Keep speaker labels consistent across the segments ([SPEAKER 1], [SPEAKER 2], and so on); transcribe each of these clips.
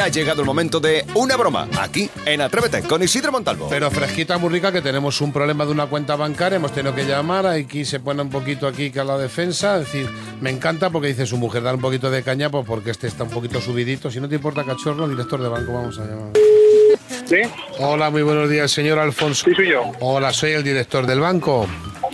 [SPEAKER 1] ha llegado el momento de una broma, aquí en Atrévete con Isidro Montalvo.
[SPEAKER 2] Pero fresquita muy rica que tenemos un problema de una cuenta bancaria, hemos tenido que llamar, aquí se pone un poquito aquí que a la defensa, es decir, me encanta porque dice su mujer dar un poquito de caña pues porque este está un poquito subidito, si no te importa cachorro, director de banco, vamos a llamar.
[SPEAKER 3] ¿Sí?
[SPEAKER 2] Hola, muy buenos días, señor Alfonso.
[SPEAKER 3] Sí, soy yo.
[SPEAKER 2] Hola, soy el director del banco.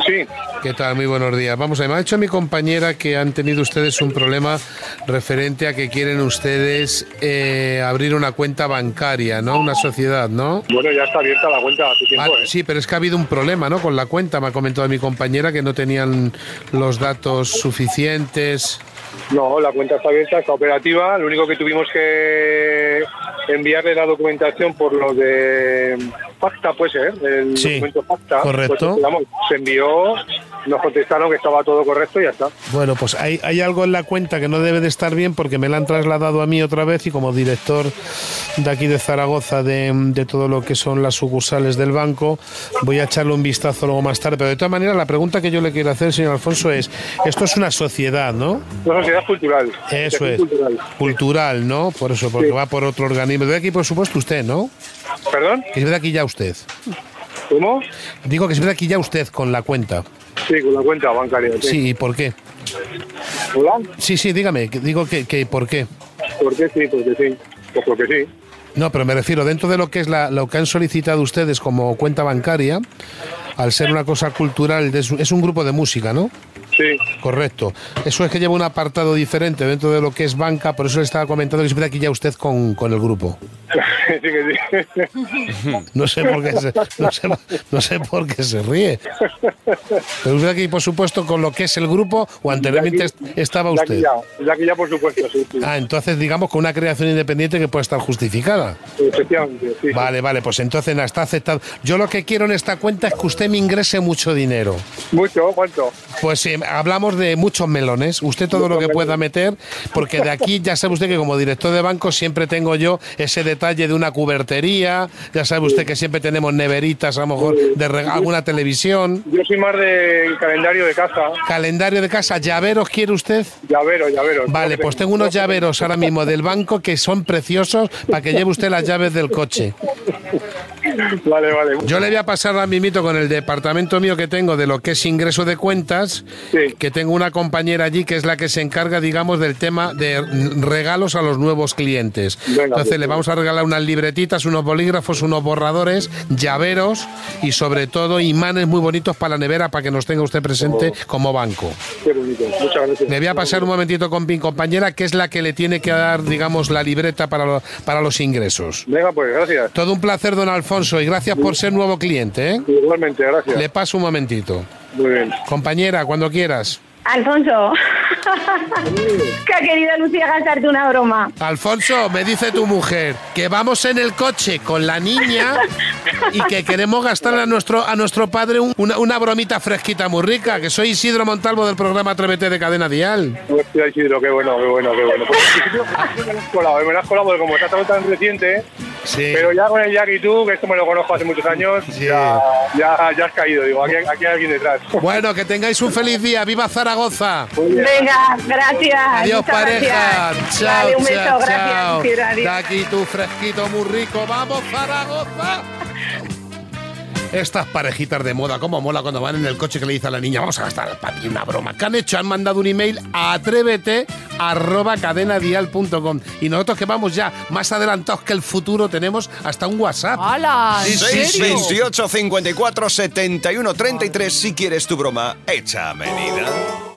[SPEAKER 3] Sí.
[SPEAKER 2] ¿Qué tal? Muy buenos días. Vamos a ver, me ha dicho mi compañera que han tenido ustedes un problema referente a que quieren ustedes eh, abrir una cuenta bancaria, ¿no? Una sociedad, ¿no?
[SPEAKER 3] Bueno, ya está abierta la cuenta hace tiempo,
[SPEAKER 2] Ah,
[SPEAKER 3] ¿eh?
[SPEAKER 2] sí, pero es que ha habido un problema, ¿no? Con la cuenta, me ha comentado mi compañera que no tenían los datos suficientes.
[SPEAKER 3] No, la cuenta está abierta, está operativa. Lo único que tuvimos que enviarle la documentación por lo de Pacta, puede ser, el
[SPEAKER 2] Sí,
[SPEAKER 3] documento Pacta.
[SPEAKER 2] correcto.
[SPEAKER 3] Pues, digamos, se envió, nos contestaron que estaba todo correcto y ya está.
[SPEAKER 2] Bueno, pues hay, hay algo en la cuenta que no debe de estar bien porque me la han trasladado a mí otra vez y como director de aquí de Zaragoza de, de todo lo que son las sucursales del banco voy a echarle un vistazo luego más tarde. Pero de todas maneras la pregunta que yo le quiero hacer, señor Alfonso, es, esto es una sociedad, ¿no?
[SPEAKER 3] Una sociedad cultural.
[SPEAKER 2] Eso
[SPEAKER 3] Sociedad
[SPEAKER 2] es.
[SPEAKER 3] Cultural.
[SPEAKER 2] Cultural, ¿no? Por eso, porque
[SPEAKER 3] Sí.
[SPEAKER 2] va por otro organismo. De aquí, por supuesto, usted, ¿no?
[SPEAKER 3] ¿Perdón?
[SPEAKER 2] Que se ve de aquí ya usted.
[SPEAKER 3] ¿Cómo?
[SPEAKER 2] Digo que se ve de aquí ya usted con la cuenta.
[SPEAKER 3] Sí, con la cuenta bancaria. Sí.
[SPEAKER 2] Sí, ¿y por qué?
[SPEAKER 3] ¿Hola?
[SPEAKER 2] Sí, sí, dígame, que- digo que, que ¿por qué?
[SPEAKER 3] ¿Por qué sí? Porque sí. Pues porque sí.
[SPEAKER 2] No, pero me refiero, dentro de lo que es la, lo que han solicitado ustedes como cuenta bancaria, al ser una cosa cultural, es, es un grupo de música, ¿no?
[SPEAKER 3] Sí.
[SPEAKER 2] Correcto. Eso es que lleva un apartado diferente dentro de lo que es banca, por eso le estaba comentando que se mete aquí ya usted con, con el grupo.
[SPEAKER 3] sí que sí.
[SPEAKER 2] No sé por qué se, no sé, no sé por qué se ríe. Pero usted aquí, por supuesto, con lo que es el grupo, o anteriormente est- estaba
[SPEAKER 3] La que
[SPEAKER 2] usted.
[SPEAKER 3] ya, la que ya, por supuesto, sí. sí.
[SPEAKER 2] Ah, entonces digamos con una creación independiente que puede estar justificada.
[SPEAKER 3] Efectivamente, sí.
[SPEAKER 2] Vale, vale, pues entonces nada, está aceptado. Yo lo que quiero en esta cuenta es que usted me ingrese mucho dinero.
[SPEAKER 3] Mucho, ¿cuánto?
[SPEAKER 2] Pues eh, hablamos de muchos melones. Usted todo lo que pueda meter, porque de aquí ya sabe usted que como director de banco siempre tengo yo ese detalle de una cubertería. Ya sabe usted que siempre tenemos neveritas, a lo mejor de rega- alguna televisión.
[SPEAKER 3] Yo soy más del calendario de casa.
[SPEAKER 2] Calendario de casa, llaveros quiere usted.
[SPEAKER 3] Llavero, llavero.
[SPEAKER 2] Vale, pues tengo unos llaveros ahora mismo del banco que son preciosos para que lleve usted las llaves del coche.
[SPEAKER 3] Vale, vale.
[SPEAKER 2] Yo le voy a pasar a mimito con el departamento mío que tengo de lo que es ingreso de cuentas,
[SPEAKER 3] Sí.
[SPEAKER 2] que tengo una compañera allí que es la que se encarga, digamos, del tema de mm, regalos a los nuevos clientes.
[SPEAKER 3] Venga,
[SPEAKER 2] Entonces
[SPEAKER 3] pues,
[SPEAKER 2] le vamos a regalar unas libretitas, unos bolígrafos, unos borradores, llaveros y sobre todo imanes muy bonitos para la nevera para que nos tenga usted presente
[SPEAKER 3] Oh.
[SPEAKER 2] como banco.
[SPEAKER 3] Qué bonito. Muchas gracias.
[SPEAKER 2] Le voy a pasar un momentito con mi compañera que es la que le tiene que dar, digamos, la libreta para, lo- para los ingresos.
[SPEAKER 3] Venga, pues, gracias.
[SPEAKER 2] Todo un placer, don Alfonso, y gracias por ser nuevo cliente. ¿eh?
[SPEAKER 3] Igualmente, gracias.
[SPEAKER 2] Le paso un momentito.
[SPEAKER 3] Muy bien.
[SPEAKER 2] Compañera, cuando quieras.
[SPEAKER 4] Alfonso, que ha querido Lucía gastarte una broma.
[SPEAKER 2] Alfonso, me dice tu mujer que vamos en el coche con la niña y que queremos gastarle a nuestro, a nuestro padre un- una, una bromita fresquita muy rica, que soy Isidro Montalvo del programa Atrévete de Cadena Dial.
[SPEAKER 3] Hostia, Isidro, qué bueno, qué bueno, qué bueno. Pues, en principio, me lo has colado, eh, me lo has colado porque como está todo tan reciente, ¿eh?
[SPEAKER 2] Sí.
[SPEAKER 3] pero ya con el Jack y tú, que esto me lo conozco hace muchos años,
[SPEAKER 2] Sí.
[SPEAKER 3] ya, ya, ya has caído, digo, aquí, aquí hay alguien detrás.
[SPEAKER 2] Bueno, que tengáis un feliz día. ¡Viva Zaragoza!
[SPEAKER 3] Muy bien.
[SPEAKER 4] Venga, gracias.
[SPEAKER 2] Adiós,
[SPEAKER 4] muchas
[SPEAKER 2] pareja.
[SPEAKER 4] gracias.
[SPEAKER 2] Chao,
[SPEAKER 4] Vale, un beso,
[SPEAKER 2] chao,
[SPEAKER 4] gracias.
[SPEAKER 2] chao.
[SPEAKER 4] Isidro, adiós.
[SPEAKER 2] Da aquí tu fresquito muy rico. ¡Vamos, Zaragoza! Estas parejitas de moda, cómo mola cuando van en el coche que le dice a la niña, vamos a gastar al papi una broma. ¿Qué han hecho? Han mandado un email a atrévete arroba cadenadial.com. Y nosotros que vamos ya más adelantados que el futuro, tenemos hasta un WhatsApp.
[SPEAKER 5] ¡Hala! ¿en
[SPEAKER 2] Sí, sí,
[SPEAKER 5] serio?
[SPEAKER 1] 628 54 71 33 si quieres tu broma hecha a medida.